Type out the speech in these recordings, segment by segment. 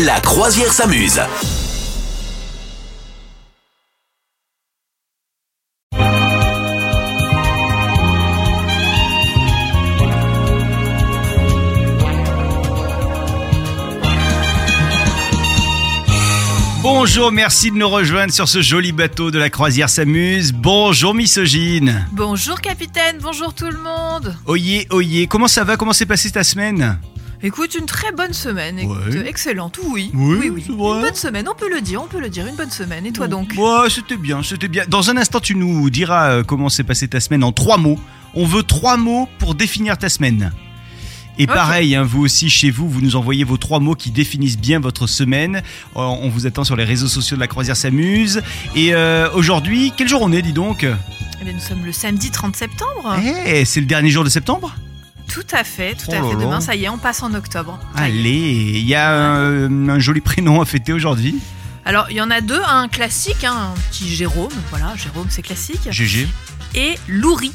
La croisière s'amuse. Bonjour, merci de nous rejoindre sur ce joli bateau de la croisière s'amuse. Bonjour misogyne. Bonjour capitaine, bonjour tout le monde. Oyez, oyez, comment ça va Comment s'est passée ta semaine Écoute, une très bonne semaine. Écoute, Ouais. excellente, oui. Oui, c'est Une vrai. bonne semaine, on peut le dire, on peut le dire, une bonne semaine. Et toi donc Ouais, c'était bien, c'était bien. Dans un instant, tu nous diras euh, comment s'est passée ta semaine en trois mots. On veut trois mots pour définir ta semaine. Et Ok. pareil, hein, vous aussi chez vous, vous nous envoyez vos trois mots qui définissent bien votre semaine. Euh, on vous attend sur les réseaux sociaux de la croisière s'amuse. Et euh, aujourd'hui, quel jour on est, dis donc Eh bien, nous sommes le samedi 30 septembre. Eh, c'est le dernier jour de septembre Tout à fait, tout Oh là à fait. là. Demain, ça y est, on passe en octobre. Ça y est. Allez, il y a un, un joli prénom à fêter aujourd'hui. Alors, il y en a deux, un classique, hein, un petit Jérôme, voilà, Jérôme c'est classique. GG. Et Louri.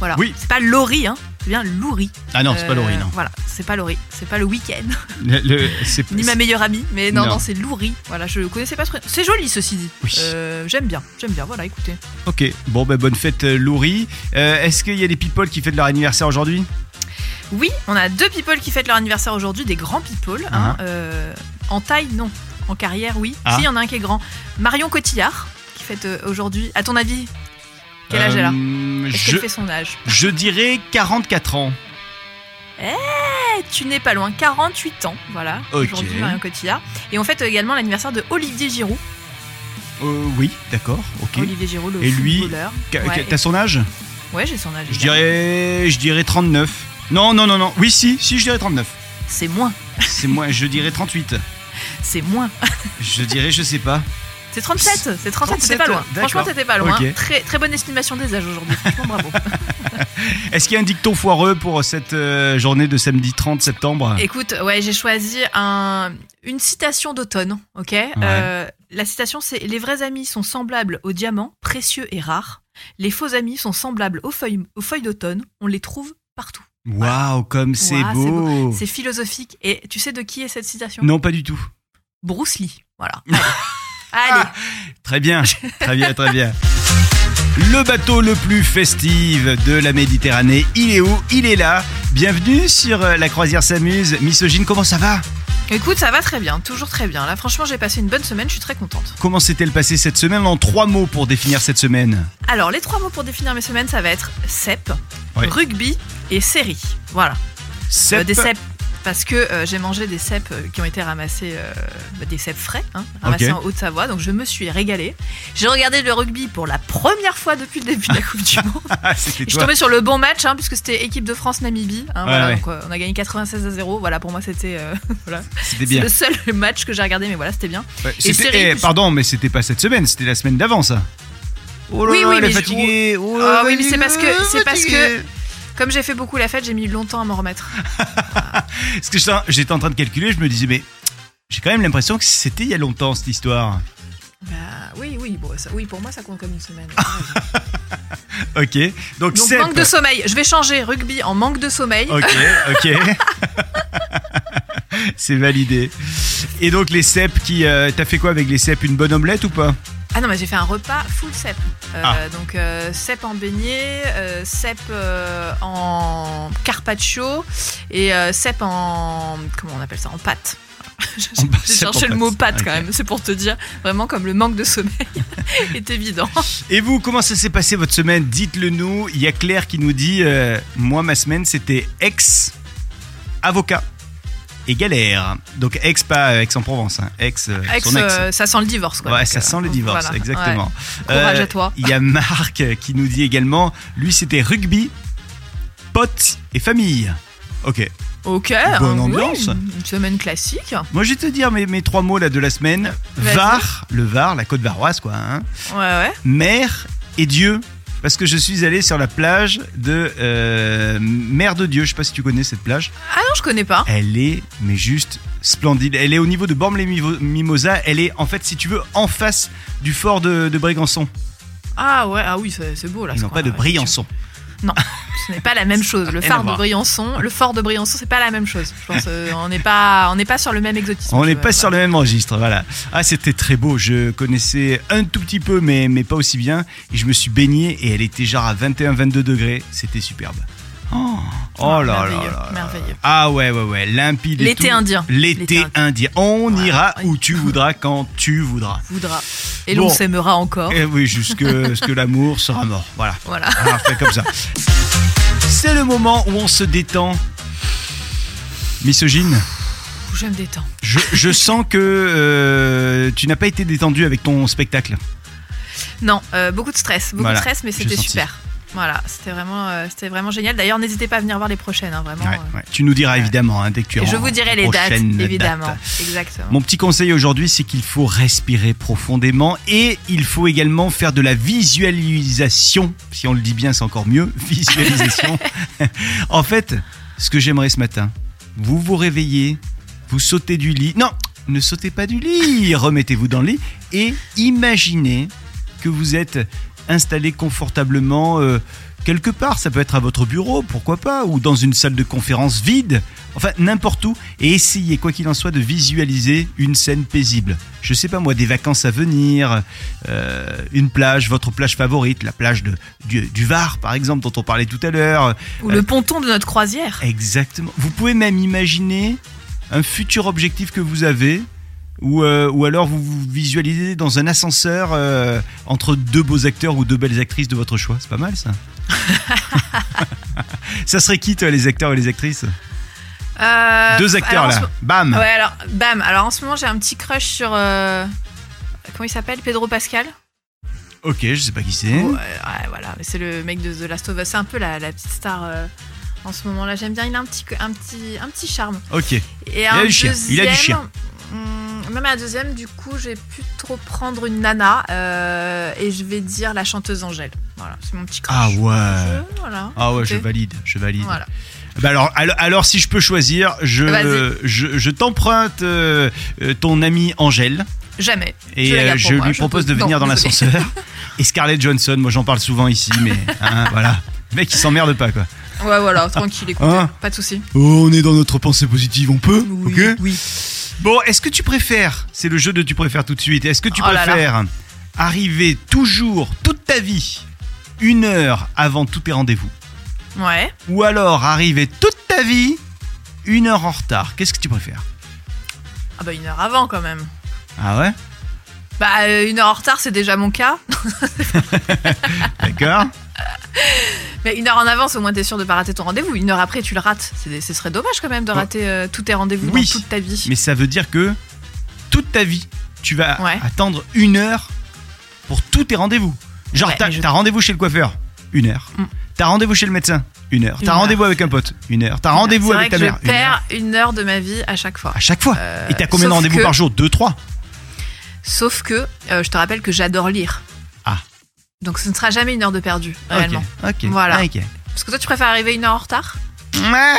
Voilà. Oui. C'est pas Laurie, hein, c'est bien Louri. Ah non, c'est Euh, pas Laurie, non. Voilà, c'est pas Laurie, c'est pas le week-end, Le- le- c'est- ni ma meilleure amie, mais non, Non. non, c'est Louri. Voilà, je connaissais pas ce prénom. C'est joli ceci dit. Oui. Euh, j'aime bien, j'aime bien, voilà, écoutez. Ok, bon, ben bonne fête, euh, Laurie. Euh, Est-ce qu'il y a des people qui fêtent leur anniversaire aujourd'hui Oui, on a deux people qui fêtent leur anniversaire aujourd'hui, des grands people. hein, euh, en taille, non. En carrière, oui. Uh-huh. Ah. Si, il y en a un qui est grand. Marion Cotillard, qui fête euh, aujourd'hui. À ton avis, quel âge elle a Euh, Est-ce je, qu'elle fait son âge je dirais 44 ans. Eh, Tu n'es pas loin, 48 ans, voilà. Ok. Aujourd'hui, Marion Cotillard. Et on fête également l'anniversaire de Olivier Giroud. Euh, oui, d'accord, ok. Olivier Giroud, le Et lui, footballeur. Ca- ouais. ca- T'as son âge Ouais, j'ai son âge. Je évidemment. dirais, je dirais 39. Non, non, non, non. Oui, si, si, je dirais 39. C'est moins, C'est moi, je dirais 38. c'est moins. Je dirais, je sais pas. C'est 37, c'est 37, t'étais 37, pas loin. Franchement, d'accord. t'étais pas loin. Ok. Très, très bonne estimation des âges aujourd'hui, franchement, bravo. Est-ce qu'il y a un dicton foireux pour cette euh, journée de samedi 30 septembre Écoute, ouais, j'ai choisi un, une citation d'automne, ok Euh, La citation, c'est Les vrais amis sont semblables aux diamants, précieux et rares. Les faux amis sont semblables aux feuilles, aux feuilles d'automne, on les trouve partout. Waouh, comme c'est Ouah, c'est beau. C'est philosophique. Et tu sais de qui est cette citation Non, pas du tout. Bruce Lee. Voilà. Allez. Allez. Très bien, très bien, très bien. Le bateau le plus festif de la Méditerranée, il est où Il est là. Bienvenue sur euh, La Croisière s'amuse. Misogyne, comment ça va Écoute, ça va très bien, toujours très bien. Là, franchement, j'ai passé une bonne semaine, je suis très contente. Comment s'est-elle passée cette semaine En trois mots pour définir cette semaine. Alors, les trois mots pour définir mes semaines, ça va être CEP, Ouais. rugby et série. Voilà. Cep. Euh, des cèpes. Parce que euh, j'ai mangé des cèpes euh, qui ont été ramassés, euh, bah, des cèpes frais, hein, ramassés Ok. en Haute-Savoie, donc je me suis régalée. J'ai regardé le rugby pour la première fois depuis le début de la Coupe du Monde. Ah, c'était Je suis toi. tombée sur le bon match, hein, puisque c'était équipe de France-Namibie. hein, Ouais, voilà, ouais. donc, euh, on a gagné 96 à 0. Voilà, pour moi, c'était euh, voilà. C'était C'est bien. le seul match que j'ai regardé, mais voilà, c'était bien. Ouais, c'était- série, eh, plus- pardon, mais c'était pas cette semaine, c'était la semaine d'avant, ça. Oh là Oui, là, oui, elle est mais je- fatiguée. Oh là là, Ah oui, elle mais est c'est parce que- c'est parce que- fatiguée. Comme j'ai fait beaucoup la fête, j'ai mis longtemps à m'en remettre. Parce que j'étais en- j'étais en train de calculer, je me disais, mais j'ai quand même l'impression que c'était il y a longtemps cette histoire. Bah, oui, oui, bon, ça- oui, pour moi, ça compte comme une semaine. Ah, Ok, donc, donc, Cep. manque de sommeil. Je vais changer rugby en manque de sommeil. Ok, ok. C'est validé. Et donc les cèpes qui... euh, T'as fait quoi avec les cèpes Une bonne omelette ou pas Ah non, mais j'ai fait un repas full cèpe. Euh, Ah. Donc euh, cèpe en beignet, euh, cèpe euh, en carpaccio et euh, cèpe en. Comment on appelle ça En pâte. J'ai En- j'ai cèpe en cherché le pâte. mot pâte Ok. quand même, c'est pour te dire vraiment comme le manque de sommeil est évident. Et vous, comment ça s'est passé votre semaine Dites-le nous. Il y a Claire qui nous dit, euh, moi ma semaine c'était ex, avocat et galère. Donc ex pas euh, ex-en-Provence, hein. ex, euh, Ex, son ex. euh, ça sent le divorce quoi. ouais, Donc, ça euh, sent le divorce, voilà. exactement. Ouais. Courage Euh, à toi. Il y a Marc euh, qui nous dit également, lui c'était rugby, potes et famille. Ok. Ok, bonne hein, oui, ambiance. une semaine classique. Moi, je vais te dire mes, mes trois mots là de la semaine. Vas-y. Var, le Var, la côte varoise, quoi. hein. Ouais, ouais. Mère et Dieu. Parce que je suis allé sur la plage de euh, Mère de Dieu. Je sais pas si tu connais cette plage. Ah non, je connais pas. Elle est, mais juste splendide. Elle est au niveau de Bormes-les-Mimosas. Elle est, en fait, si tu veux, en face du fort de, de Brégançon. Ah ouais, ah oui, c'est c'est beau là. Ils ce n'ont pas coin-là, de ouais, bien sûr. Briançon. Ce n'est pas la même chose. Le Rien à phare de voir. Briançon, le fort de Briançon, c'est pas la même chose. Je pense, euh, on n'est pas, on n'est pas sur le même exotisme. On je- n'est pas sur le même registre, voilà. Ah, c'était très beau. Je connaissais un tout petit peu, mais, mais pas aussi bien. Et je me suis baigné et elle était genre à 21-22 degrés. C'était superbe. Oh, oh là là Ah, merveilleux, là là. merveilleux. Ah ouais, ouais, ouais. Limpide. et L'été tout. indien. L'été L'été indien. indien. On Voilà. ira où tu voudras, quand tu voudras. Voudra. Et Bon. l'on s'aimera encore. Et oui, jusque ce que l'amour sera mort. Voilà. Voilà. Ah, fait comme ça. C'est le moment où on se détend. Misogyne, Je me détends. je, je sens que euh, tu n'as pas été détendu avec ton spectacle. Non, euh, beaucoup de stress, beaucoup Voilà, de stress, mais j'ai c'était senti. super. Voilà, c'était vraiment, euh, c'était vraiment génial. D'ailleurs, n'hésitez pas à venir voir les prochaines, hein, vraiment. Ouais, euh. ouais. Tu nous diras évidemment hein, dès que tu es Et je en vous dirai les dates, prochaine date. évidemment. Exactement. Mon petit conseil aujourd'hui, c'est qu'il faut respirer profondément et il faut également faire de la visualisation. Si on le dit bien, c'est encore mieux. Visualisation. en fait, ce que j'aimerais ce matin, vous vous réveillez, vous sautez du lit. Non, ne sautez pas du lit. Remettez-vous dans le lit et imaginez que vous êtes installé confortablement euh, quelque part. Ça peut être à votre bureau, pourquoi pas, ou dans une salle de conférence vide, enfin n'importe où, et essayez, quoi qu'il en soit, de visualiser une scène paisible. Je sais pas moi, des vacances à venir, euh, une plage, votre plage favorite, la plage de, du, du Var par exemple, dont on parlait tout à l'heure. Ou le ponton de notre croisière. Exactement. Vous pouvez même imaginer un futur objectif que vous avez. Ou, euh, ou alors vous vous visualisez dans un ascenseur euh, entre deux beaux acteurs ou deux belles actrices de votre choix. C'est pas mal ça. ça serait qui toi les acteurs et les actrices Euh, Deux acteurs alors, en là. ce mo- Bam. Ouais, alors, bam. Alors en ce moment, j'ai un petit crush sur. euh, Comment il s'appelle Pedro Pascal Ok, je sais pas qui c'est. Ouais, ouais, voilà, mais c'est le mec de The Last of Us. C'est un peu la, la petite star euh, en ce moment-là. J'aime bien, il a un petit, un petit, un petit charme. Ok. Et a un du chien, il a du deuxième, chien. hmm, Même à la deuxième, du coup, j'ai pu trop prendre une nana euh, et je vais dire la chanteuse Angèle. Voilà, c'est mon petit crush. Ah ouais. Je- voilà. Ah ouais, je Ok. valide, je valide. Voilà. Bah alors, alors, alors si je peux choisir, je, Vas-y. je, je t'emprunte euh, euh, ton ami Angèle. Jamais. Et Je la euh, garde je, pour moi, lui je propose peux- de venir non, dans désolée. l'ascenseur. Et Scarlett Johnson, moi j'en parle souvent ici, mais hein, voilà. Le mec, il s'emmerde pas quoi. Ouais, voilà, tranquille, écoute, Hein pas de soucis. on est dans notre pensée positive, on peut Oui, oui. Bon, est-ce que tu préfères, c'est le jeu de tu préfères tout de suite, est-ce que tu Oh là là. préfères arriver toujours, toute ta vie, une heure avant tous tes rendez-vous Ouais. Ou alors arriver toute ta vie, une heure en retard Qu'est-ce que tu préfères Ah bah une heure avant quand même. Ah ouais Bah euh, une heure en retard, c'est déjà mon cas. D'accord Mais une heure en avance, au moins t'es sûr de pas rater ton rendez-vous. Une heure après, tu le rates. C'est des- ce serait dommage quand même de Ouais. rater euh, tous tes rendez-vous Oui. dans toute ta vie. Mais ça veut dire que toute ta vie, tu vas Ouais. attendre une heure pour tous tes rendez-vous. Genre, Ouais, t'as mais je- t'as rendez-vous chez le coiffeur, une heure. Mm. T'as rendez-vous chez le médecin, une heure. Une T'as heure. rendez-vous avec un pote, une heure. T'as rendez-vous C'est vrai avec ta que mère, Je une heure. perds une heure de ma vie à chaque fois. À chaque fois. Euh, Et t'as combien de sauf rendez-vous que- par jour Deux, trois. Sauf que euh, je te rappelle que j'adore lire. Ah. Donc ce ne sera jamais une heure de perdu, réellement. Ok. ok, Voilà. ok. Parce que toi, tu préfères arriver une heure en retard Ouais.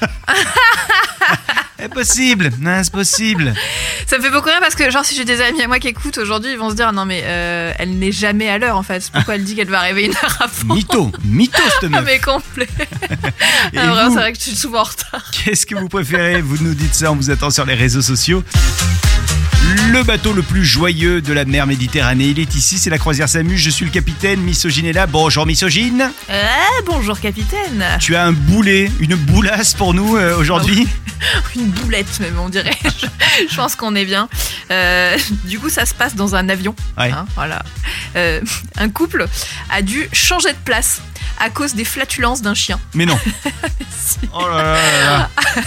c'est possible. Non, c'est possible. Ça me fait beaucoup rire parce que, genre, si j'ai des amis à moi qui écoutent aujourd'hui, ils vont se dire Non, mais euh, elle n'est jamais à l'heure en fait. Pourquoi elle dit qu'elle va arriver une heure avant Mytho. Mytho, cette Ah, meuf. mais complet Et Ah, vraiment, vous C'est vrai que je suis souvent en retard. Qu'est-ce que vous préférez Vous nous dites ça, on vous attend sur les réseaux sociaux. Le bateau le plus joyeux de la mer Méditerranée, il est ici, c'est la croisière s'amuse, je suis le capitaine, misogyne est là, bonjour misogyne, Eh, bonjour, capitaine tu as un boulet, une boulasse pour nous euh, aujourd'hui Ah Une boulette, même, on dirait. je, je pense qu'on est bien. Euh, du coup, ça se passe dans un avion. Ouais. Hein, voilà. Euh, un couple a dû changer de place à cause des flatulences d'un chien. Mais non. Si. Oh là là là là.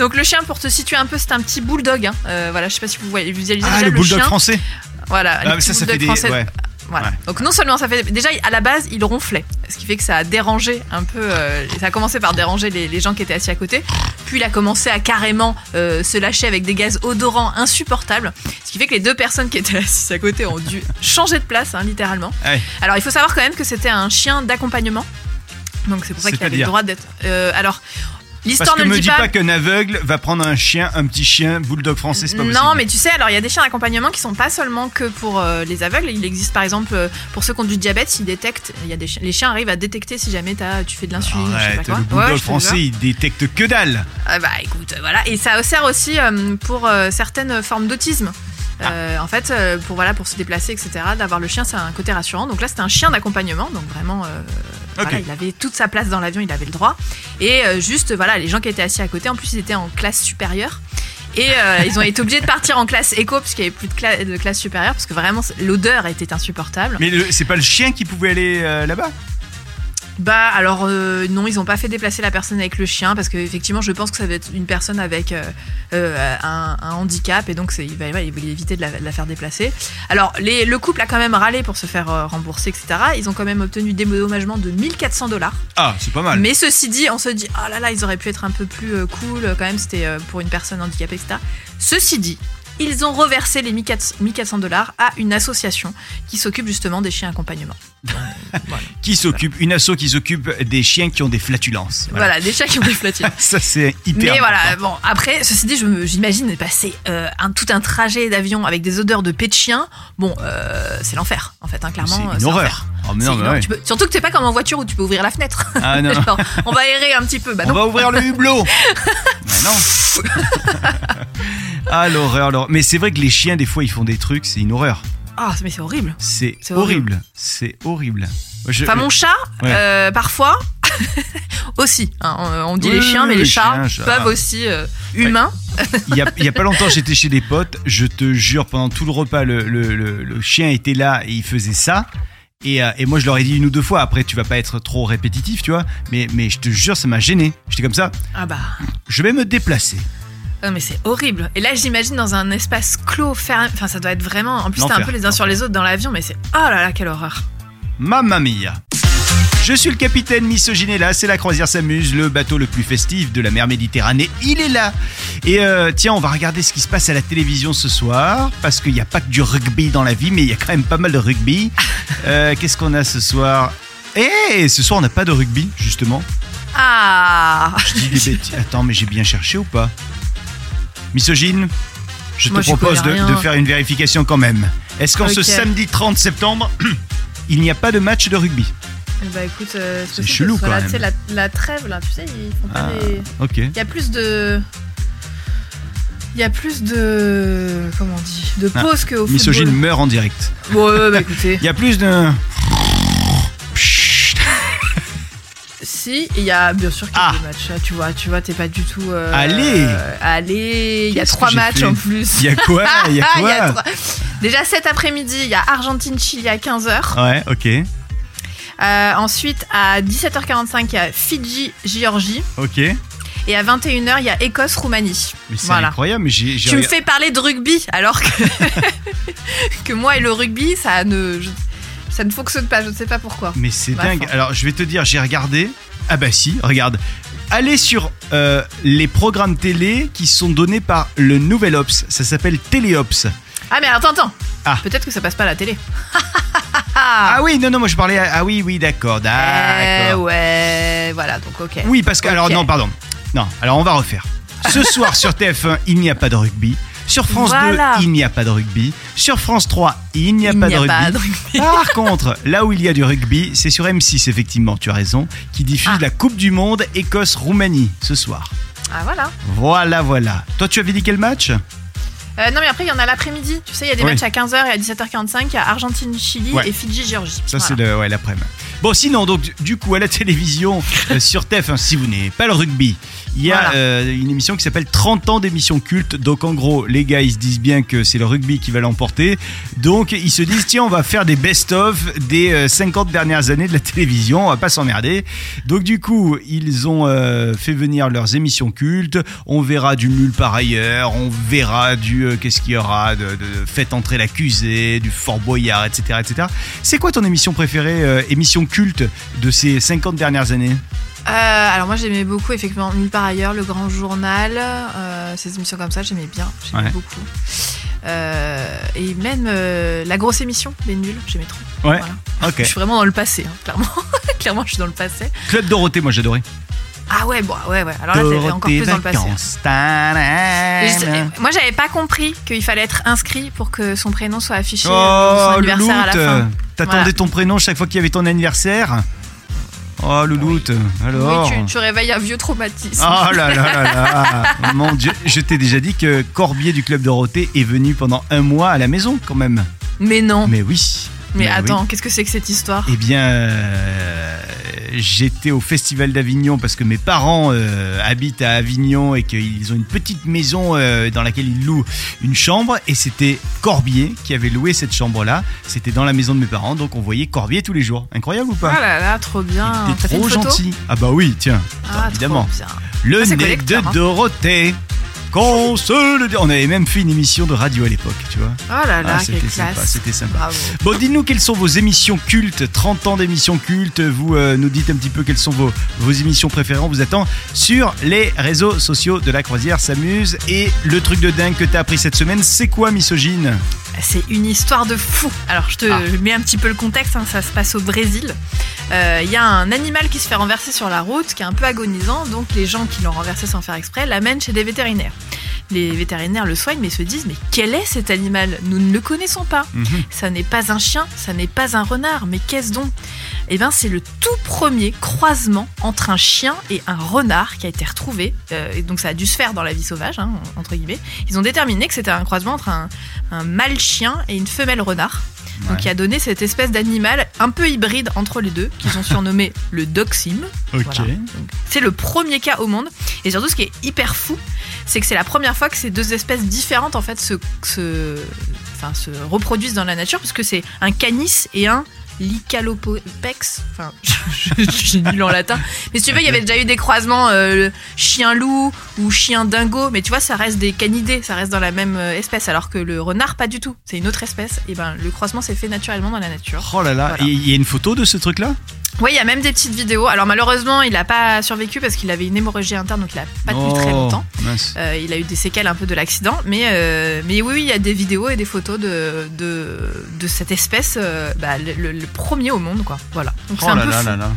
Donc le chien, pour te situer un peu, c'est un petit bulldog. hein. Euh, voilà, je sais pas si vous voyez, vous visualisez Ah, déjà le bulldog chien. français Voilà, Ah, le mais petit ça, ça fait bulldog des... français. ouais. Voilà. ouais. Donc non seulement ça fait déjà à la base il ronflait, ce qui fait que ça a dérangé un peu. euh, ça a commencé par déranger les, les gens qui étaient assis à côté. Puis il a commencé à carrément euh, se lâcher avec des gaz odorants insupportables, ce qui fait que les deux personnes qui étaient assises à côté ont dû changer de place, hein, littéralement. Ouais. Alors il faut savoir quand même que c'était un chien d'accompagnement, donc c'est pour ça qu'il avait C'est-à-dire le droit d'être. euh, alors Parce L'histoire que ne le me dit dis pas. pas qu'un aveugle va prendre un chien, un petit chien, bulldog français, c'est pas possible. Non, mais tu sais, alors il y a des chiens d'accompagnement qui sont pas seulement que pour euh, les aveugles. Il existe par exemple euh, pour ceux qui ont du diabète, ils détectent. Il y a des chiens- les chiens arrivent à détecter si jamais as, tu fais de l'insuline, ou je sais pas Arrête, quoi. le Ouais, bulldog je te jure. français, il détecte que dalle. Ah bah écoute, euh, voilà. Et ça sert aussi euh, pour euh, certaines formes d'autisme. Euh, En fait, euh, pour voilà, pour se déplacer, etc. D'avoir le chien, c'est un côté rassurant. Donc là, c'était un chien d'accompagnement, donc vraiment, euh, voilà, Ok. il avait toute sa place dans l'avion, il avait le droit. Et euh, juste, voilà, les gens qui étaient assis à côté, en plus, ils étaient en classe supérieure. Et euh, ils ont été obligés de partir en classe éco parce qu'il n'y avait plus de, cla- de classe supérieure parce que vraiment c'est- l'odeur était insupportable. Mais le- c'est pas le chien qui pouvait aller euh, là-bas Bah alors euh, non, ils ont pas fait déplacer la personne avec le chien parce que effectivement, je pense que ça va être une personne avec euh, euh, un, un handicap et donc c'est- il va, ouais, il voulait éviter de la, de la faire déplacer. Alors les- le couple a quand même râlé pour se faire euh, rembourser, etc. Ils ont quand même obtenu des dédommagement de 1400 dollars. Ah, c'est pas mal. Mais ceci dit, on se dit oh là là, ils auraient pu être un peu plus euh, cool euh, quand même. C'était euh, pour une personne handicapée, etc. Ceci dit. Ils ont reversé les 1400 dollars à une association qui s'occupe justement des chiens accompagnement. Qui s'occupe Une asso qui s'occupe des chiens qui ont des flatulences. Voilà, des chiens qui ont des flatulences. Ça, c'est Mais hyper. voilà, important. bon, après, ceci dit, je me- j'imagine passer euh, un, tout un trajet d'avion avec des odeurs de pets de chien. Bon, euh, c'est l'enfer, en fait, hein, clairement. euh, C'est une l'enfer. horreur. Oh, mais C'est non, une mais horreur. ouais. Tu peux- surtout que t'es pas comme en voiture où tu peux ouvrir la fenêtre. Ah non. Genre, on va aérer un petit peu. Bah On non. va ouvrir le hublot. Bah non. ah l'horreur, l'horreur. Mais c'est vrai que les chiens des fois ils font des trucs, c'est une horreur. Ah, mais c'est horrible. C'est C'est horrible. horrible. C'est horrible. Moi, je- Enfin, mon chat, Ouais. euh, parfois, aussi. hein, on, on dit Oui, les chiens, oui, mais oui, les les chats chiens, chats. peuvent aussi euh, humains. Il y a, il y a pas longtemps, j'étais chez des potes. Je te jure, pendant tout le repas, le, le- le- le chien était là et il faisait ça. Et, euh, et moi, je leur ai dit une ou deux fois. Après, tu vas pas être trop répétitif, tu vois. Mais, mais je te jure, ça m'a gêné. J'étais comme ça. Ah bah. Je vais me déplacer. Non mais c'est horrible. Et là j'imagine dans un espace clos, fermé. Enfin ça doit être vraiment. En plus t'es un L'enfer, peu les uns sur les autres dans l'avion, mais c'est oh là là quelle horreur. Mamma mia. Je suis le capitaine misogyné là, c'est la croisière s'amuse, le bateau le plus festif de la mer Méditerranée, il est là Et euh, tiens, on va regarder ce qui se passe à la télévision ce soir, parce qu'il n'y a pas que du rugby dans la vie, mais il y a quand même pas mal de rugby. Euh, Qu'est-ce qu'on a ce soir Eh, ce soir on n'a pas de rugby, justement. Ah. Je dis des bêtises. Attends, mais j'ai bien cherché ou pas Misogyne, je te Moi, j'y propose de, connais rien. de faire une vérification quand même. Est-ce qu'en ce Ok. samedi 30 septembre, il n'y a pas de match de rugby Eh Bah écoute, euh, C'est possible chelou, que ce soit quand là, même. Tu sais la, la trêve là, tu sais ils font pas Ah. des. Ok. Il y a plus de. Il y a plus de comment on dit de Ah, pauses que au Misogyne football. meurt en direct. Bon, ouais, ouais, bah écoutez. Il y a plus de. si il y a bien sûr qu'il y a Ah. des matchs. là, Tu vois, tu vois, t'es pas du tout. euh, Allez. Allez. Il y a Qu'est-ce que trois j'ai matchs fait en plus. Il y a quoi Il y a Ah, il y a quoi trois- Déjà cet après-midi, il y a Argentine-Chili à 15h. Ouais, ok. ensuite, à 17h45, il y a Fidji-Géorgie. Ok. Mais Et à 21h, il y a Écosse-Roumanie. c'est Voilà. incroyable, mais j'ai. j'ai Tu me regardé- fais parler de rugby alors que, que moi et le rugby, ça ne, je- ça ne fonctionne pas, je ne sais pas pourquoi. Mais c'est Bah, dingue. enfin. Alors, je vais te dire, j'ai regardé. Ah bah si, regarde. Allez sur euh, les programmes télé qui sont donnés par le Nouvel Ops. Ça s'appelle Téléops. Ah mais attends, attends. Ah. Peut-être que ça passe pas à la télé. Ah oui, non, non, moi je parlais. à- Ah oui, oui, d'accord, Eh d'accord. ouais, voilà, donc ok. Oui, parce que. Alors, Ok. non, pardon. Non, alors on va refaire. Ce soir sur TF1, il n'y a pas de rugby. Sur France Voilà. 2, il n'y a pas de rugby. Sur France 3, il n'y a, pas, de rugby. Par contre, là où il y a du rugby, c'est sur M6, effectivement, tu as raison, qui diffuse Ah. la Coupe du Monde Écosse-Roumanie ce soir. Ah voilà. Voilà, voilà. Toi, tu avais dit quel match Euh, non mais après, il y en a l'après-midi. Tu sais, il y a des Oui. matchs à 15h et à 17h45, il y a Argentine-Chili Ouais. et Fidji-Géorgie. Ça, Voilà. c'est le- ouais, l'après-midi. Bon, sinon, donc, du- du coup, à la télévision, euh, sur TF1, si vous n'avez pas le rugby, il y a Voilà. euh, une émission qui s'appelle 30 ans d'émission culte. Donc, en gros, les gars, ils se disent bien que c'est le rugby qui va l'emporter. Donc, ils se disent, tiens, on va faire des best-of des euh, 50 dernières années de la télévision, on va pas s'emmerder. Donc, du coup, ils ont euh, fait venir leurs émissions cultes. On verra du nul par ailleurs, on verra du euh, qu'est-ce qu'il y aura, de, de faites entrer l'accusé, du Fort Boyard, etc. etc. C'est quoi ton émission préférée, euh, émission culte de ces 50 dernières années Euh, alors moi j'aimais beaucoup effectivement Nulle par ailleurs, Le Grand Journal, euh, ces émissions comme ça j'aimais bien, j'aimais Ouais. beaucoup. Euh, et même euh, la grosse émission des nuls, j'aimais trop. Ouais. Voilà. Ok. Je suis vraiment dans le passé, hein, clairement. clairement je suis dans le passé. Club Dorothée, moi j'adorais. Ah ouais, bon, ouais, ouais. Alors là, c'était encore plus dans le passé. euh, Et je- passé. et moi, j'avais pas compris qu'il fallait être inscrit pour que son prénom soit affiché euh, dans Oh, son anniversaire à la fin. Louloute T'attendais Voilà. ton prénom chaque fois qu'il y avait ton anniversaire Oh, Louloute Alors Oui, tu, tu réveilles un vieux traumatisme. Oh là là là là Mon Dieu, je t'ai déjà dit que Corbier du Club Dorothée est venu pendant un mois à la maison quand même. Mais non. Mais, Mais oui oui. attends, qu'est-ce que c'est que cette histoire Eh bien, euh, j'étais au Festival d'Avignon parce que mes parents euh, habitent à Avignon et qu'ils ont une petite maison euh, dans laquelle ils louent une chambre. Et c'était Corbier qui avait loué cette chambre-là. C'était dans la maison de mes parents, donc on voyait Corbier tous les jours. Incroyable ou Ah pas là là, trop bien. Il T'as fait était trop une photo gentil. Ah bah oui, tiens. Ah, trop évidemment. bien. Le Ah, c'est nez de collecteur, hein. Dorothée. Qu'on se le dise. On avait même fait une émission de radio à l'époque, tu vois. Oh là là, Ah, quelle c'était sympa, classe. c'était sympa. Bravo. Bon, dites-nous quelles sont vos émissions cultes, 30 ans d'émissions cultes. Vous euh, nous dites un petit peu quelles sont vos, vos émissions préférées. On vous attend sur les réseaux sociaux de la croisière s'amuse. Et le truc de dingue que t'as appris cette semaine, c'est quoi, misogyne C'est une histoire de fou. Alors, je te Ah. je mets un petit peu le contexte. hein, ça se passe au Brésil. Euh, Il y a un animal qui se fait renverser sur la route, qui est un peu agonisant. Donc, les gens qui l'ont renversé sans faire exprès l'amènent chez des vétérinaires. Les vétérinaires le soignent, mais se disent Mais quel est cet animal Nous ne le connaissons pas. Mhm. Ça n'est pas un chien, ça n'est pas un renard, mais qu'est-ce donc Eh bien, c'est le tout premier croisement entre un chien et un renard qui a été retrouvé. Euh, et donc, ça a dû se faire dans la vie sauvage, hein, entre guillemets. Ils ont déterminé que c'était un croisement entre un, un mâle chien et une femelle renard. Ouais. Donc, qui a donné cette espèce d'animal un peu hybride entre les deux, qu'ils ont surnommé le doxime. Ok. Voilà. Donc, C'est le premier cas au monde. Et surtout, ce qui est hyper fou, c'est que c'est la première fois que ces deux espèces différentes, en fait, se, se, enfin, se reproduisent dans la nature, parce que c'est un canis et un lycalopex. Enfin, je- je je suis nul en latin. Mais si tu veux, il y avait déjà eu des croisements euh, chien-loup ou chien-dingo, mais tu vois, ça reste des canidés, ça reste dans la même euh, espèce, alors que le renard, pas du tout. C'est une autre espèce. Et ben, le croisement s'est fait naturellement dans la nature. Oh là là, Voilà. et il y a une photo de ce truc-là Oui, il y a même des petites vidéos. Alors malheureusement, il n'a pas survécu parce qu'il avait une hémorragie interne, donc il n'a pas tenu Oh, très longtemps. mince. Euh, il a eu des séquelles un peu de l'accident, mais, euh, mais oui, oui, il y a des vidéos et des photos de, de, de cette espèce, euh, bah, le, le- le premier au monde, quoi. Voilà. Donc c'est Oh un, là peu là fou. là là.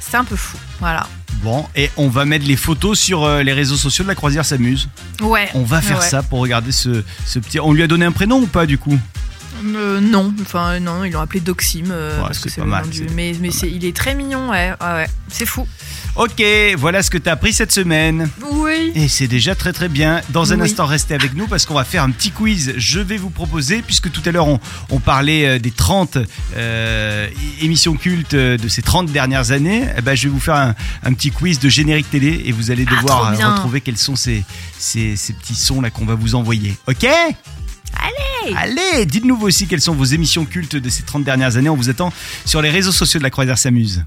C'est un peu fou. Voilà. Bon, et on va mettre les photos sur euh, les réseaux sociaux de la croisière s'amuse. Ouais. On va faire Ouais. ça pour regarder ce, ce petit. On lui a donné un prénom ou pas du coup Euh, non, enfin non, ils l'ont appelé Doxime euh, Ouais, parce que c'est c'est pas le mal, nom du. c'est Mais, mais c'est, il est très mignon, ouais. Ah ouais. C'est fou. Ok, voilà ce que t'as appris cette semaine. Oui. Et c'est déjà très très bien. Dans un Oui. instant, restez avec nous parce qu'on va faire un petit quiz. Je vais vous proposer, puisque tout à l'heure on, on parlait euh, des 30 euh, é- émissions cultes euh, de ces 30 dernières années, eh ben, je vais vous faire un, un petit quiz de générique télé et vous allez Ah, devoir trop euh, bien. retrouver quels sont ces, ces, ces petits sons là qu'on va vous envoyer. Ok Allez Allez Dites-nous vous aussi quelles sont vos émissions cultes de ces 30 dernières années. On vous attend sur les réseaux sociaux de la Croisière s'amuse.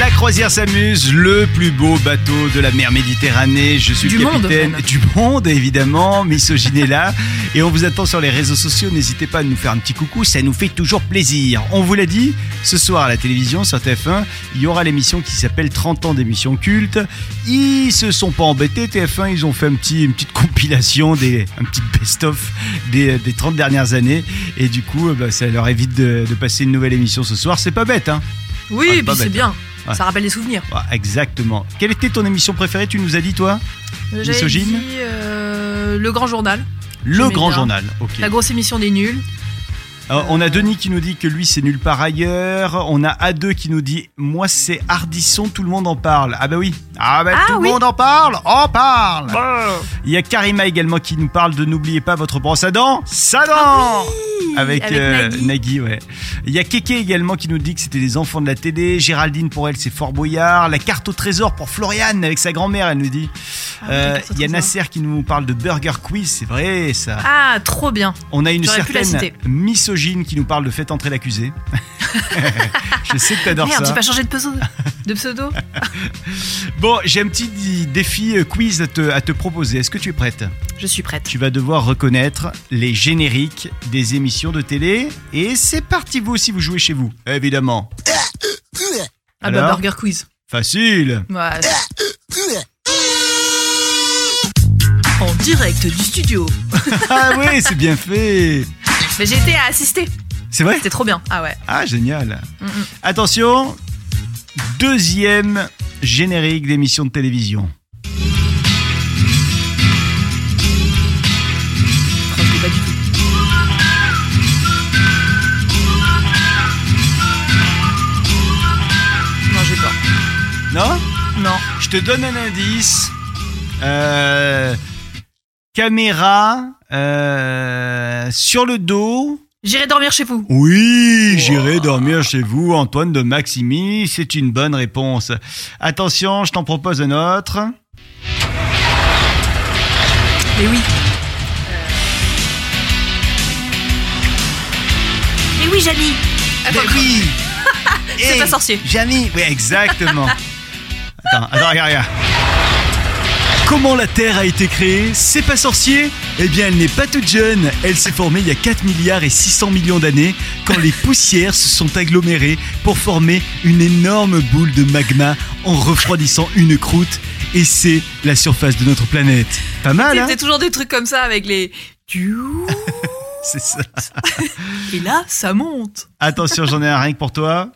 La croisière s'amuse, le plus beau bateau de la mer Méditerranée. Je suis Du monde, capitaine même. du monde, évidemment. Misogyne est là. Et on vous attend sur les réseaux sociaux. N'hésitez pas à nous faire un petit coucou, ça nous fait toujours plaisir. On vous l'a dit, ce soir à la télévision, sur TF1, il y aura l'émission qui s'appelle 30 ans d'émission culte. Ils se sont pas embêtés, TF1, ils ont fait un petit, une petite compilation, des, un petit best-of des, des 30 dernières années. Et du coup, euh, bah, ça leur évite de, de passer une nouvelle émission ce soir. C'est pas bête, hein Oui, Ah, et pas puis c'est bête, bien. Ouais. Ça rappelle des souvenirs. ah, exactement. Quelle était ton émission préférée, tu nous as dit, toi J'avais Misogyne. dit, euh, le grand journal. Le J'aimais Grand bien. Journal. Ok. La grosse émission des nuls. Alors, on a Denis qui nous dit que lui, c'est nul par ailleurs. On a A2 qui nous dit Moi, c'est Hardisson, tout le monde en parle. Ah, bah oui. Ah, bah Ah tout oui. le monde en parle. On parle. Il y a Karima également qui nous parle de N'oubliez pas votre brosse à dents. Ça dent avec, euh, Ah Nagui. Nagui, ouais. Il y a Keke également qui nous dit que c'était des enfants de la télé. Géraldine pour elle, c'est Fort Boyard. La carte au trésor pour Floriane avec sa grand-mère, elle nous dit. Ah oui, Euh, la carte au il y a trésor. Nasser qui nous parle de Burger Quiz, c'est vrai ça. Ah, trop bien. On a une J'aurais pu la certaine citer. misogyne qui nous parle de Faites entrer l'accusé. Je sais que t'adores Merde, j'ai ça. pas changé de pseudo. De pseudo Bon, j'ai un petit di- défi euh, quiz à te, à te proposer. Est-ce que tu es prête Je suis prête. Tu vas devoir reconnaître les génériques des émissions de télé. Et c'est parti, vous aussi, vous jouez chez vous. Évidemment. Ah bah Alors Burger Quiz. Facile Ouais. En direct du studio. Ah oui, c'est bien fait. Mais j'ai été à assister. C'est vrai C'était trop bien. Ah ouais. Ah, génial. Mm, mm. Attention, deuxième Générique d'émission de télévision. Enfin, je l'ai pas du tout. Non, j'ai pas. Non Non. Je te donne un indice. Euh, caméra euh, sur le dos. J'irai dormir chez vous. Oui, j'irai dormir chez vous, Antoine de Maximi. C'est une bonne réponse. Attention, je t'en propose un autre. Mais oui. Euh. Mais Eh oui, Jamy. Attends, Mais oui C'est Eh, pas sorcier. Jamy Oui, exactement. attends, attends, regarde, regarde. Comment la Terre a été créée C'est pas sorcier Eh bien, elle n'est pas toute jeune. Elle s'est formée il y a 4 milliards et 600 millions d'années quand les poussières se sont agglomérées pour former une énorme boule de magma en refroidissant une croûte. Et c'est la surface de notre planète. Pas mal, hein C'était toujours des trucs comme ça avec les. Tiou. C'est ça. Et là, ça monte. Attention, j'en ai un rien que pour toi.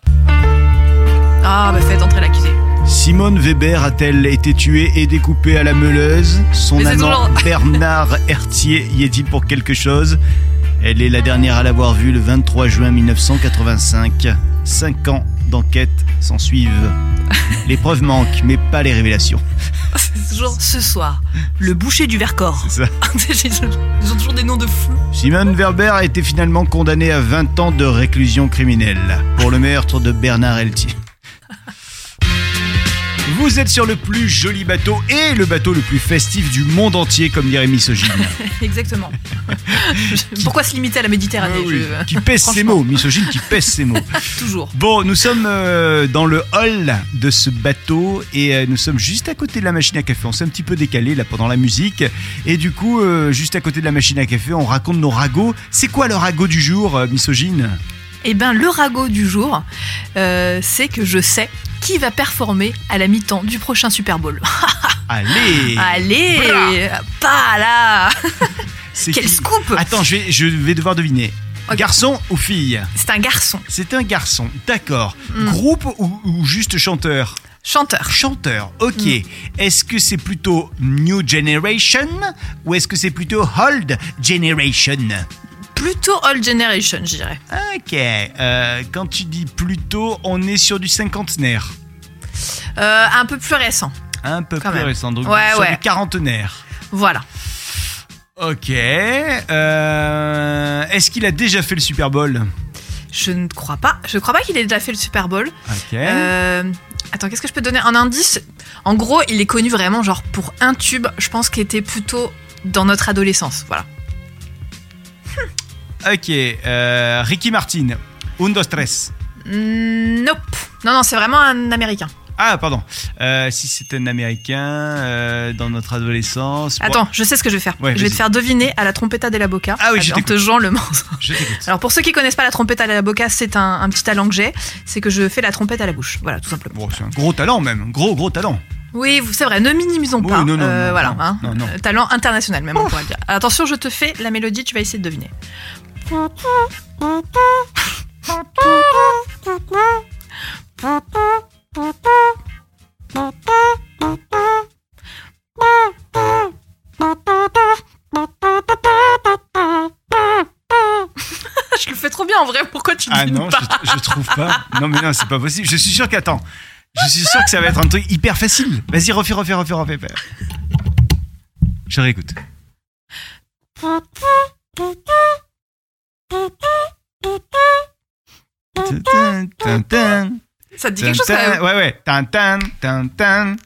Ah, bah faites entrer l'accusé. Simone Weber a-t-elle été tuée et découpée à la meuleuse Son Mais c'est amant Bernard Hertier y est-il pour quelque chose Elle est la dernière à l'avoir vue le 23 juin 1985. Cinq ans d'enquête s'en suivent. Les preuves manquent, mais pas les révélations. C'est toujours ce soir. Le boucher du Vercors. C'est ça. Ils ont toujours des noms de fous. Simone Weber a été finalement condamnée à 20 ans de réclusion criminelle pour le meurtre de Bernard Heltier. Vous êtes sur le plus joli bateau et le bateau le plus festif du monde entier, comme dirait Misogyne. Exactement. Pourquoi se limiter à la Méditerranée Ah oui, je- Qui pèse ses Franchement. mots, misogyne qui pèse ses mots. Toujours. Bon, nous sommes euh, dans le hall de ce bateau et euh, nous sommes juste à côté de la machine à café. On s'est un petit peu décalé là pendant la musique et du coup, euh, juste à côté de la machine à café, on raconte nos ragots. C'est quoi le ragot du jour, euh, misogyne Eh ben, le ragot du jour, euh, c'est que je sais qui va performer à la mi-temps du prochain Super Bowl. Allez, Allez Voilà. Pas là c'est Quel qui scoop Attends, je vais, je vais devoir deviner. Ok. Garçon ou fille C'est un garçon, C'est un garçon, d'accord. Mm. Groupe ou, ou juste chanteur chanteur. Chanteur, ok. Mm. Est-ce que c'est plutôt New Generation ou est-ce que c'est plutôt Old Generation Plutôt Old Generation, je dirais. Ok. euh, quand tu dis plutôt, on est sur du cinquantenaire. Euh, un peu plus récent. Un peu Quand plus même. récent, donc Ouais, sur ouais. du quarantenaire. Voilà. Ok. euh, est-ce qu'il a déjà fait le Super Bowl Je ne crois pas. Je crois pas qu'il ait déjà fait le Super Bowl. Ok. Euh, attends, qu'est-ce que je peux te donner Un indice En gros, il est connu vraiment genre pour un tube, je pense qu'il était plutôt dans notre adolescence. Voilà. Ok. euh, Ricky Martin. Un, dos, tres. Mm, Nope. Non, non, c'est vraiment un américain. Ah, pardon. Euh, si c'est un Américain, euh, dans notre adolescence. Attends, je sais ce que je vais faire. Ouais, je vais te vas-y. faire deviner à la Trompetta della Boca. Ah oui, je En te t'écoute. jouant le morceau. Je t'écoute. Alors pour ceux qui connaissent pas la trompette à la boca, c'est un, un petit talent que j'ai, c'est que je fais la trompette à la bouche. Voilà, tout simplement. Bon, c'est un gros talent même, gros gros talent. Oui, vous- c'est vrai, ne minimisons Oui, pas. non, non, non, voilà, non, hein. non, non. Euh, talent international même, on pourrait le dire. Attention, je te fais la mélodie, tu vas essayer de deviner. je le fais trop bien en vrai, pourquoi tu Ah devines non, pas je, je trouve pas. Non mais non, c'est pas possible. Je suis sûr qu'attends, je suis sûr que ça va être un truc hyper facile. Vas-y, refais, refais, refais, refais. refais. Je réécoute. Tin, tin, tin, Ça te dit tin, quelque chose quand tin. même Ouais ouais. Tin, tin, tin, tin.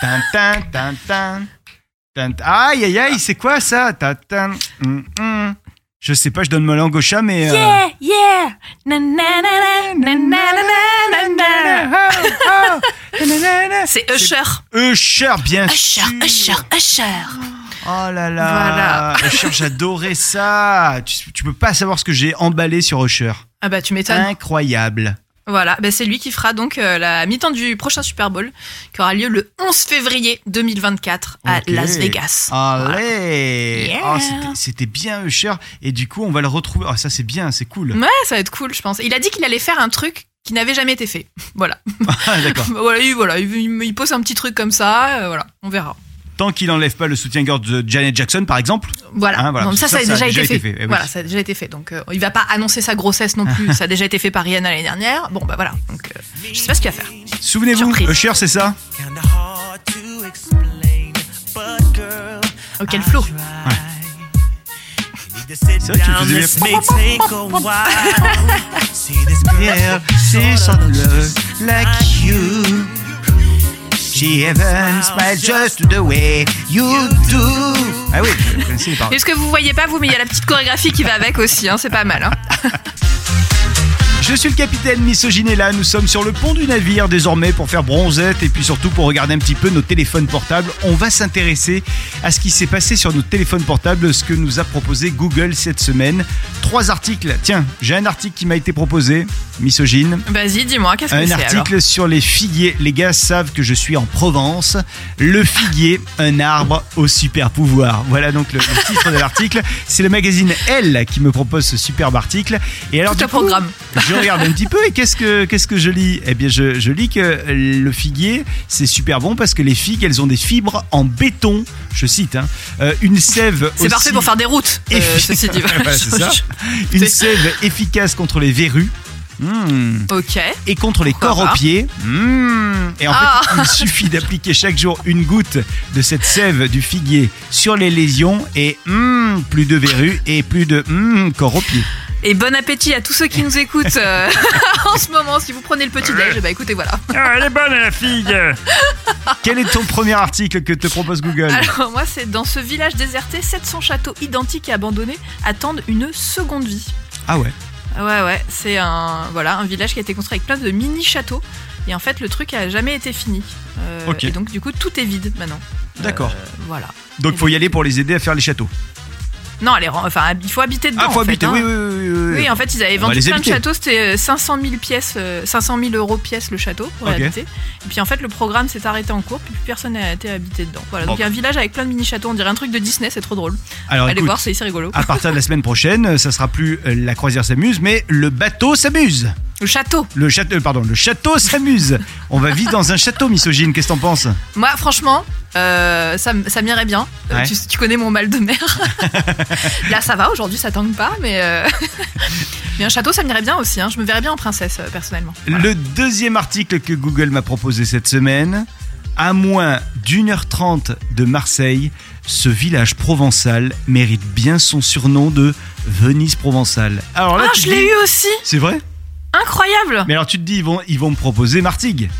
Tin, tin, tin, tin. Tin, tin. Aïe aïe aïe, c'est quoi ça Tin, tin. Hum, hum. Je sais pas, je donne ma langue au chat, mais. euh, Yeah, yeah. Na, na, na, na, na, na, na, na, na. C'est Usher. Usher, bien Usher, sûr. Usher, Usher. Oh là là. Usher, j'adorais ça. Tu, tu peux pas savoir ce que j'ai emballé sur Usher. Ah bah tu m'étonnes. Incroyable. Voilà, bah, c'est lui qui fera donc euh, la mi-temps du prochain Super Bowl qui aura lieu le 11 février 2024 à Ok. Ah. Las Vegas. Allez. Yeah. Oh, c'était- C'était bien Usher. Et du coup, on va le retrouver. Ah ça, c'est bien, c'est cool. Ouais, ça va être cool, je pense. Il a dit qu'il allait faire un truc qui n'avait jamais été fait. Voilà. Ah, D'accord. voilà, il, voilà, il, il pose un petit truc comme ça, euh, voilà, on verra. Tant qu'il n'enlève pas le soutien-gorge de Janet Jackson, par exemple. Voilà. Ah, voilà. Non, mais ça, Ça, ça, a ça déjà été fait. Eh oui. Voilà, ça a déjà été fait. Donc, euh, il va pas annoncer sa grossesse non plus. ça a déjà été fait par Rihanna l'année dernière. Bon, bah voilà. Donc, euh, je sais pas ce qu'il va faire. Souvenez-vous, Surprise. Usher, c'est ça Kinda hard to explain, but girl, Oh, quel flow. C'est vrai que tu le faisais bien. like you. She even smiles just the way you do. Ah oui, je connaissais les paroles. Et ce que vous voyez pas, vous, mais il y a la petite chorégraphie qui va avec aussi. Hein, c'est pas mal. Hein. Je suis le capitaine Misoginella, nous sommes sur le pont du navire désormais pour faire bronzette et puis surtout pour regarder un petit peu nos téléphones portables. On va s'intéresser à ce qui s'est passé sur nos téléphones portables, ce que nous a proposé Google cette semaine. Trois articles. Tiens, j'ai un article qui m'a été proposé, misogyne. Vas-y, dis-moi, qu'est-ce que Un c'est alors article sur les figuiers. Les gars savent que je suis en Provence. Le figuier, un arbre au super pouvoir. Voilà donc le, le titre de l'article. C'est le magazine Elle qui me propose ce superbe article. Et alors, Tout du un coup, programme. je regarde un petit peu et qu'est-ce que qu'est-ce que je lis Eh bien, je, je lis que le figuier, c'est super bon parce que les figues, elles ont des fibres en béton. Je cite, hein. Euh, une sève. C'est parfait pour faire des routes. euh, ceci dit. Ouais, c'est ça. Une sève efficace contre les verrues. Hmm Ok. et contre les Pourquoi corps pas aux pieds. Mmh. Et en Ah. fait, il suffit d'appliquer chaque jour une goutte de cette sève du figuier sur les lésions et hmm, plus de verrues et plus de hmm, corps aux pieds. Et bon appétit à tous ceux qui nous écoutent euh, en ce moment. Si vous prenez le petit déj, bah écoutez, voilà. Ah, elle est bonne la figue Quel est ton premier article que te propose Google Alors moi, c'est dans ce village déserté, 700 châteaux identiques et abandonnés attendent une seconde vie. Ah ouais Ouais, ouais, c'est un voilà un village qui a été construit avec plein de mini châteaux. Et en fait, le truc a jamais été fini. Euh, Ok. Et donc, du coup, tout est vide maintenant. D'accord. Euh, voilà. Donc faut y aller pour les aider à faire les châteaux. Non, elle est ren- enfin, il faut habiter dedans. Ah, faut en fait, habiter, hein. oui, oui, oui, oui, oui. Oui, en fait, ils avaient On va vendu les plein de habiter. châteaux. C'était euh, 500 000 pièces, euh, 500 000 euros pièce le château pour Ok. l'habiter. Et puis en fait, le programme s'est arrêté en cours, puis plus personne n'a été habité dedans. Voilà. Bon. Donc il y a un village avec plein de mini châteaux. On dirait un truc de Disney. C'est trop drôle. Alors Allez écoute, Ah. voir, c'est c'est rigolo. à partir de la semaine prochaine, ça sera plus euh, la croisière s'amuse, mais le bateau s'amuse. Le château. Le château, euh, pardon, le château s'amuse. On va vivre dans un château, misogyne. Qu'est-ce que t'en penses Moi, franchement, euh, ça, m- ça m'irait bien. Euh, Ouais. tu, tu connais mon mal de mer. Là, ça va. Aujourd'hui, ça tangue pas, mais. euh, mais un château, ça m'irait bien aussi. hein. Je me verrais bien en princesse, euh, personnellement. Le deuxième article que Google m'a proposé cette semaine, à moins d'une heure trente de Marseille, ce village provençal mérite bien son surnom de Venise provençale. Alors là, ah, tu je te l'ai dis- eu aussi. C'est vrai Incroyable. Mais alors tu te dis, ils vont, ils vont me proposer Martigues.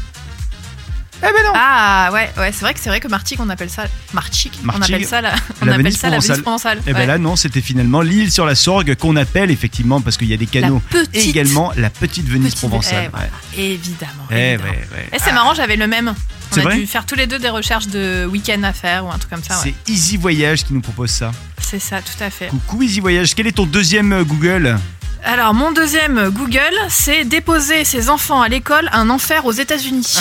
Eh ben non Ah ouais, ouais c'est vrai que c'est vrai que Martigues on appelle ça Martigues, on Martigues, appelle ça la, on la appelle Venise ça la provençale. Venise provençale. Eh ben ouais. là, non, c'était finalement l'île sur la Sorgue qu'on appelle effectivement, parce qu'il y a des La canaux, petite, et également la petite Venise petite- provençale. eh, voilà, évidemment. Ouais. Eh évidemment. ouais, ouais. Eh, c'est marrant, j'avais le même. On C'est a vrai dû faire tous les deux des recherches de week-end à faire ou un truc comme ça. ouais. C'est Easy Voyage qui nous propose ça. C'est ça, tout à fait. Coucou Easy Voyage, quel est ton deuxième euh, Google Alors, mon deuxième euh, Google, c'est déposer ses enfants à l'école, un enfer aux États-Unis.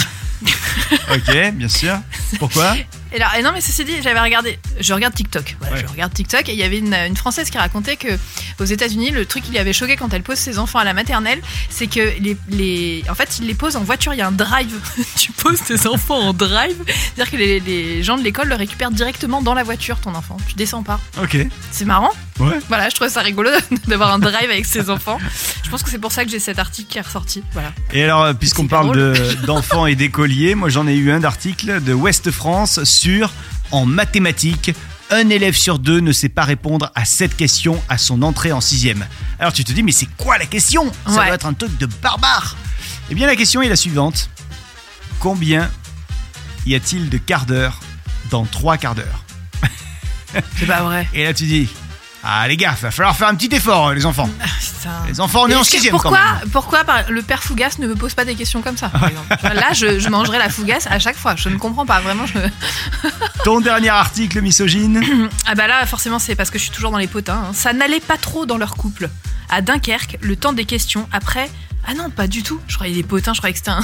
Ok, bien sûr. Pourquoi Et là, et non, mais ceci dit, j'avais regardé. Je regarde TikTok. Voilà, Ouais. je regarde TikTok et il y avait une, une Française qui racontait que aux États-Unis, le truc qui l'avait choqué quand elle pose ses enfants à la maternelle, c'est que les, les- En fait, ils les posent en voiture. Il y a un drive. tu poses tes enfants en drive. C'est-à-dire que les, les gens de l'école le récupèrent directement dans la voiture, ton enfant. Tu descends pas. Ok. C'est marrant. Ouais. Voilà, je trouve ça rigolo d'avoir un drive avec ses enfants. Je pense que c'est pour ça que j'ai cet article qui est ressorti. Voilà. Et alors, euh, puisqu'on C'est pas parle de- d'enfants et d'écoliers, moi j'en ai eu un d'article de Ouest France sur en mathématiques. Un élève sur deux ne sait pas répondre à cette question à son entrée en sixième. Alors tu te dis, mais c'est quoi la question Ça Ouais. doit être un truc de barbare. Eh bien, la question est la suivante Combien y a-t-il de quarts d'heure dans trois quarts d'heure C'est pas vrai. Et là, tu dis Ah, les gars, va falloir faire un petit effort, euh, les enfants. Putain. Les enfants, on est Mais en est-ce que- sixième quand pourquoi, même. pourquoi par- le père Fougas ne me pose pas des questions comme ça par exemple Tu vois, Là, je, je mangerai la Fougas à chaque fois. Je ne comprends pas vraiment. je- Ton dernier article misogyne Ah bah là, forcément, c'est parce que je suis toujours dans les potins. hein. Ça n'allait pas trop dans leur couple. à Dunkerque, le temps des questions, après. Ah non, pas du tout. Je croyais les potins, je croyais que c'était un.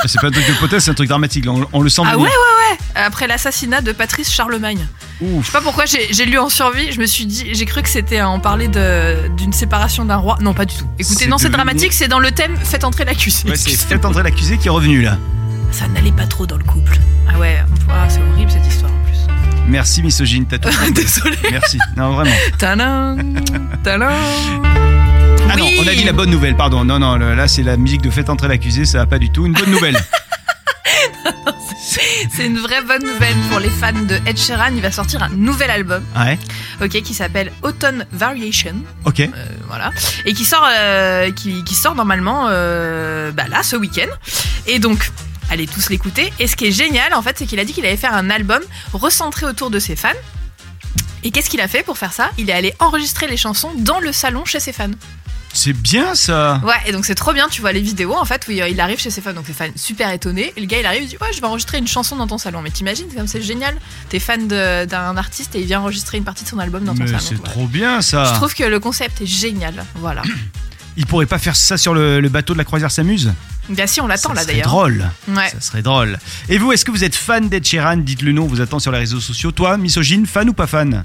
Ah, C'est pas un truc de potins, c'est un truc dramatique. là, On, on le sent Ah ouais, venir. ouais, ouais Après l'assassinat de Patrice Charlemagne. Je Ouf. sais pas pourquoi j'ai j'ai lu en survie, je me suis dit, j'ai cru que c'était à en parler de- d'une séparation d'un roi. Non, pas du tout. Écoutez, C'est non, c'est devenu- dramatique, c'est dans le thème Faites entrer l'accusé. Ouais, c'est fait entrer l'accusé qui est revenu là. Ça n'allait pas trop dans le couple. Ah ouais, on pourra- c'est horrible cette histoire en plus. Merci, misogyne, t'as tout. Désolé. Merci. Non, vraiment. Tadam, tadam. Ah non, Oui. on a dit la bonne nouvelle, pardon. Non, non, le- là c'est la musique de Faites entrer l'accusé, ça va pas du tout. Une bonne nouvelle. C'est une vraie bonne nouvelle pour les fans de Ed Sheeran. Il va sortir un nouvel album, Ouais, ok, qui s'appelle Autumn Variation, ok. euh, voilà, et qui sort, euh, qui, qui sort normalement euh, bah là ce week-end. Et donc, allez tous l'écouter. Et ce qui est génial, en fait, c'est qu'il a dit qu'il allait faire un album recentré autour de ses fans. Et qu'est-ce qu'il a fait pour faire ça Il est allé enregistrer les chansons dans le salon chez ses fans. C'est bien ça. Ouais, et donc c'est trop bien, tu vois les vidéos en fait où il il arrive chez ses fans, donc les fans super étonnés. Et le gars il arrive, il dit Ouais, je vais enregistrer une chanson dans ton salon. Mais t'imagines, comme c'est génial, t'es fan de- d'un artiste et il vient enregistrer une partie de son album dans ton Mais salon. c'est voilà. trop bien Je ça. trouve que le concept est génial, voilà. Il pourrait pas faire ça sur le, le bateau de la croisière s'amuse Bien Bah, si, on l'attend Ça là serait d'ailleurs. drôle. Ouais. Ça serait drôle. Et vous, est-ce que vous êtes fan d'Ed Sheeran Dites-le nous, on vous attend sur les réseaux sociaux. Toi, misogyne, fan ou pas fan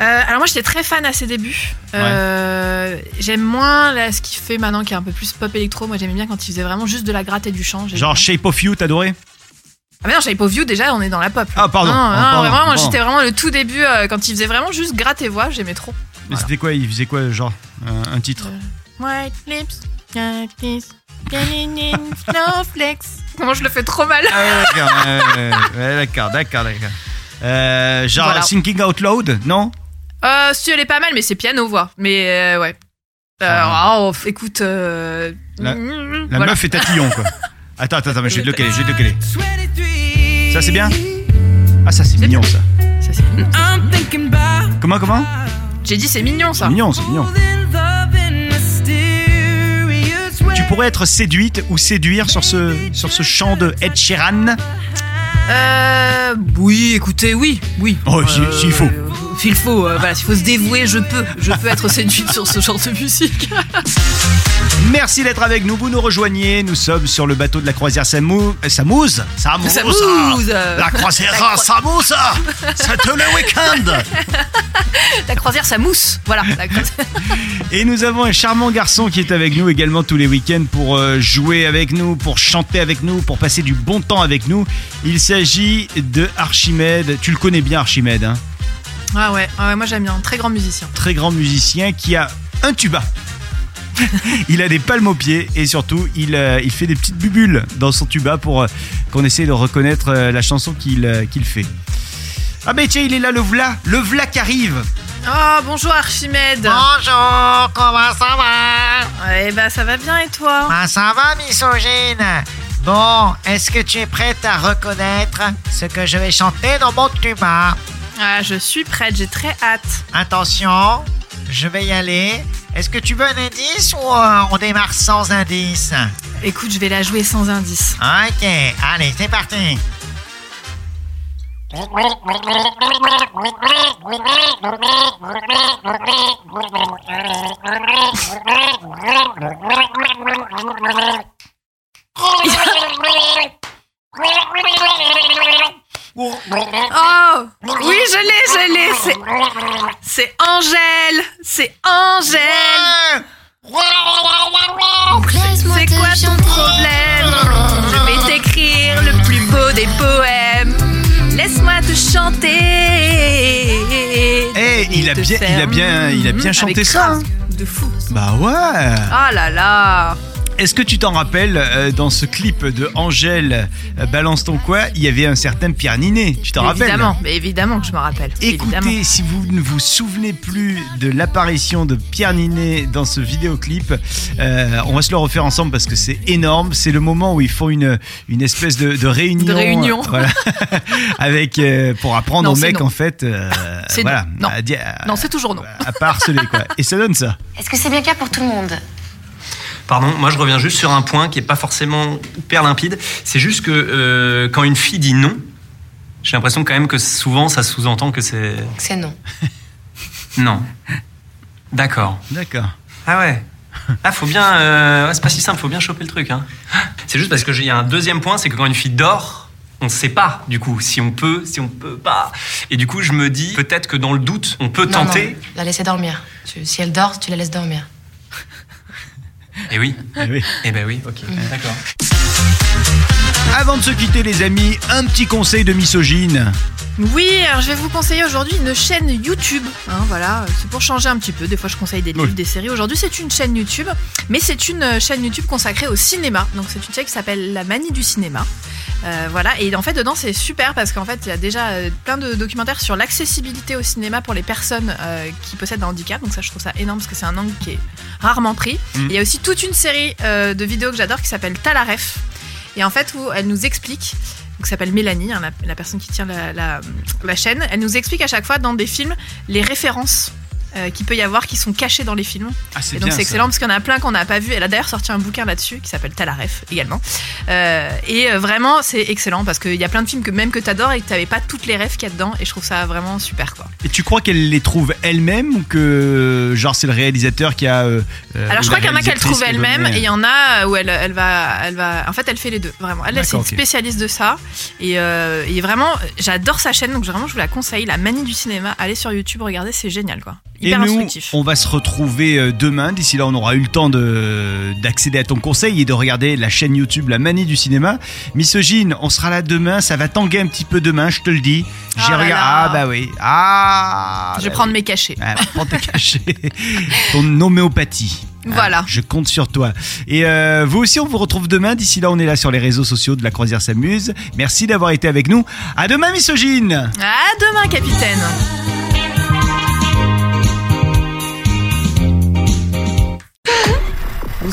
Euh, alors moi j'étais très fan à ses débuts. Euh, J'aime moins là, ce qu'il fait maintenant qui est un peu plus pop électro. Moi j'aimais bien quand il faisait vraiment juste de la gratte et du chant. j'aimais Genre bien. Shape of You, t'adorais Ah mais non, j'avais pas View déjà, on est dans la pop. Ah, pardon. Non, non, Ah, pardon, vraiment, pardon. j'étais vraiment le tout début euh, quand il faisait vraiment juste gratte et voix, j'aimais trop. Mais c'était quoi Il faisait quoi, genre Un, un Euh. titre White lips, dark lips, in snowflakes. Comment je le fais trop mal Ah ouais, d'accord, ouais, ouais, ouais, d'accord, d'accord, d'accord. Euh, genre Voilà. Thinking Out Loud, non Euh, si elle est pas mal, mais c'est piano voix. Mais euh, ouais. Euh, Ah. oh, f- écoute. euh, La- mm, La voilà. meuf est tatillon, quoi. Attends, attends, attends, mais je vais te le caler, je vais te le caler. Ça c'est bien Ah, ça, c'est C'est mignon, ça. Ça, c'est mignon. Comment, comment J'ai dit c'est mignon C'est ça. mignon, c'est mignon. Tu pourrais être séduite ou séduire sur ce, sur ce chant de Ed Sheeran Euh, oui, écoutez, oui, oui. Oh, si- s'il faut. euh, S'il faut, euh, voilà, s'il faut se dévouer, je peux. Je peux être séduite sur ce genre de musique. Oh, Merci d'être avec nous, vous nous rejoignez. Nous sommes sur le bateau de la croisière Samou- euh, Samouze. Samouze. Ça euh. bouge. La croisière Samouze. C'est tout le week-end. La croisière, ça mousse. Voilà. La croisière. Et nous avons un charmant garçon qui est avec nous également tous les week-ends pour euh, jouer avec nous, pour chanter avec nous, pour passer du bon temps avec nous. Il s'agit de Archimède. Tu le connais bien, Archimède, hein Ah ouais, ah ouais, moi j'aime bien. Très grand musicien. très grand musicien qui a un tuba. il a des palmes aux pieds et surtout il, euh, il fait des petites bubules dans son tuba pour euh, qu'on essaie de reconnaître euh, la chanson qu'il euh, qu'il fait. Ah ben tiens, il est là, le v'là, le v'là qui arrive. Oh, bonjour Archimède. Ah. Bonjour, comment ça va? Eh ben, ça va bien et Ah. toi Ben, ça va, misogyne. Bon, est-ce que tu es prête à reconnaître ce que je vais chanter dans mon tuba? Ah, je suis prête, j'ai très hâte. Attention, je vais y aller. Est-ce que tu veux un indice ou euh, on démarre sans indice? Écoute, je vais la jouer sans indice. Ok, allez, c'est parti. Oh, Oh Oui, je l'ai, je l'ai c'est- C'est Angèle C'est Angèle Euh, C'est quoi ton problème Je vais t'écrire le plus beau des poèmes. Laisse-moi te chanter. Eh, il a Te bien, faire- il a bien, il a bien Avec chanté ça. grâce hein. De fou. Bah ouais. Oh là là Est-ce que tu t'en rappelles euh, dans ce clip de Angèle euh, Balance ton quoi Il y avait un certain Pierre Ninet. Tu t'en Mais rappelles hein. Évidemment, mais évidemment que je me rappelle. Écoutez, euh, Évidemment. si vous ne vous souvenez plus de l'apparition de Pierre Ninet dans ce vidéoclip, euh, on va se le refaire ensemble parce que c'est énorme. C'est le moment où ils font une, une espèce de, de réunion. euh, De réunion. Voilà. Avec, euh, pour apprendre Non, au c'est mec, non. en fait. euh, C'est voilà. non. À, di- à- Non, c'est toujours non. à parceler, quoi. Et ça donne ça. Est-ce que c'est bien clair pour tout le monde Pardon, moi je reviens juste sur un point qui est pas forcément hyper limpide. C'est juste que euh, quand une fille dit non, j'ai l'impression quand même que souvent ça sous-entend que c'est C'est non. non. D'accord. D'accord. Ah ouais. Ah, faut bien. euh, ouais, c'est pas si simple, faut bien choper le truc. hein. C'est juste parce que j'ai- il y a un deuxième point, c'est que quand une fille dort, on sait pas, du coup, si on peut, si on peut pas. Et du coup, je me dis, peut-être que dans le doute, on peut Non, tenter. non, la laisser dormir. Tu- si elle dort, tu la laisses dormir. Et oui. Eh oui. Et ben oui, ok. Mm. D'accord. Avant de se quitter, les amis, un petit conseil de misogyne. Oui, alors je vais vous conseiller aujourd'hui une chaîne YouTube. hein, voilà, c'est pour changer un petit peu. Des fois, je conseille des livres, Oui. des séries. Aujourd'hui, c'est une chaîne YouTube, mais c'est une euh, chaîne YouTube consacrée au cinéma. Donc, c'est une chaîne qui s'appelle La Manie du cinéma. Euh, voilà, et en fait, dedans, c'est super parce qu'en fait, il y a déjà euh, plein de documentaires sur l'accessibilité au cinéma pour les personnes euh, qui possèdent un handicap. Donc, ça, je trouve ça énorme parce que c'est un angle qui est rarement pris. Mm. Et Il y a aussi toute une série euh, de vidéos que j'adore qui s'appelle Talaref. Et en fait, où elle nous explique donc, qui s'appelle Mélanie, hein, la, la personne qui tient la, la- la chaîne. Elle nous explique à chaque fois dans des films les références euh, qu'il peut y avoir qui sont cachées dans les films. Ah, c'est Et donc bien. ça. c'est excellent parce qu'il y en a plein qu'on n'a pas vu. Elle a d'ailleurs sorti un bouquin là-dessus qui s'appelle Talaref également. Euh, et euh, vraiment c'est excellent parce qu'il y a plein de films que même que t'adores et que t'avais pas toutes les rêves qu'il y a dedans. Et je trouve ça vraiment super quoi. Et tu crois qu'elle les trouve elle-même ou que, genre, c'est le réalisateur qui a. euh, Alors je ou la crois qu'il y en a qu'elle réalisatrice trouve qui a elle-même donné- et il y en a euh, où elle, elle va, elle va. En fait, elle fait les deux. Vraiment, elle, elle, c'est D'accord, une ok. spécialiste de ça et, euh, et vraiment, j'adore sa chaîne donc vraiment, je vous la conseille. La manie du cinéma, allez sur YouTube, regardez, c'est génial quoi. Et Hyper nous, instructif. on va se retrouver euh, demain. D'ici là, on aura eu le temps de- d'accéder à ton conseil et de regarder la chaîne YouTube La Manie du Cinéma. Misogyne, on sera là demain. Ça va tanguer un petit peu demain, je te le dis. J'ai Ah là regard- là. Ah bah oui. Ah. je vais bah prendre mes cachets. oui. Ah, bah, prends ta cachée. ton homéopathie. Ah, Voilà. je compte sur toi. Et euh, vous aussi, on vous retrouve demain. D'ici là, on est là sur les réseaux sociaux de La Croisière s'amuse. Merci d'avoir été avec nous. À demain, misogyne. À demain, capitaine. Vous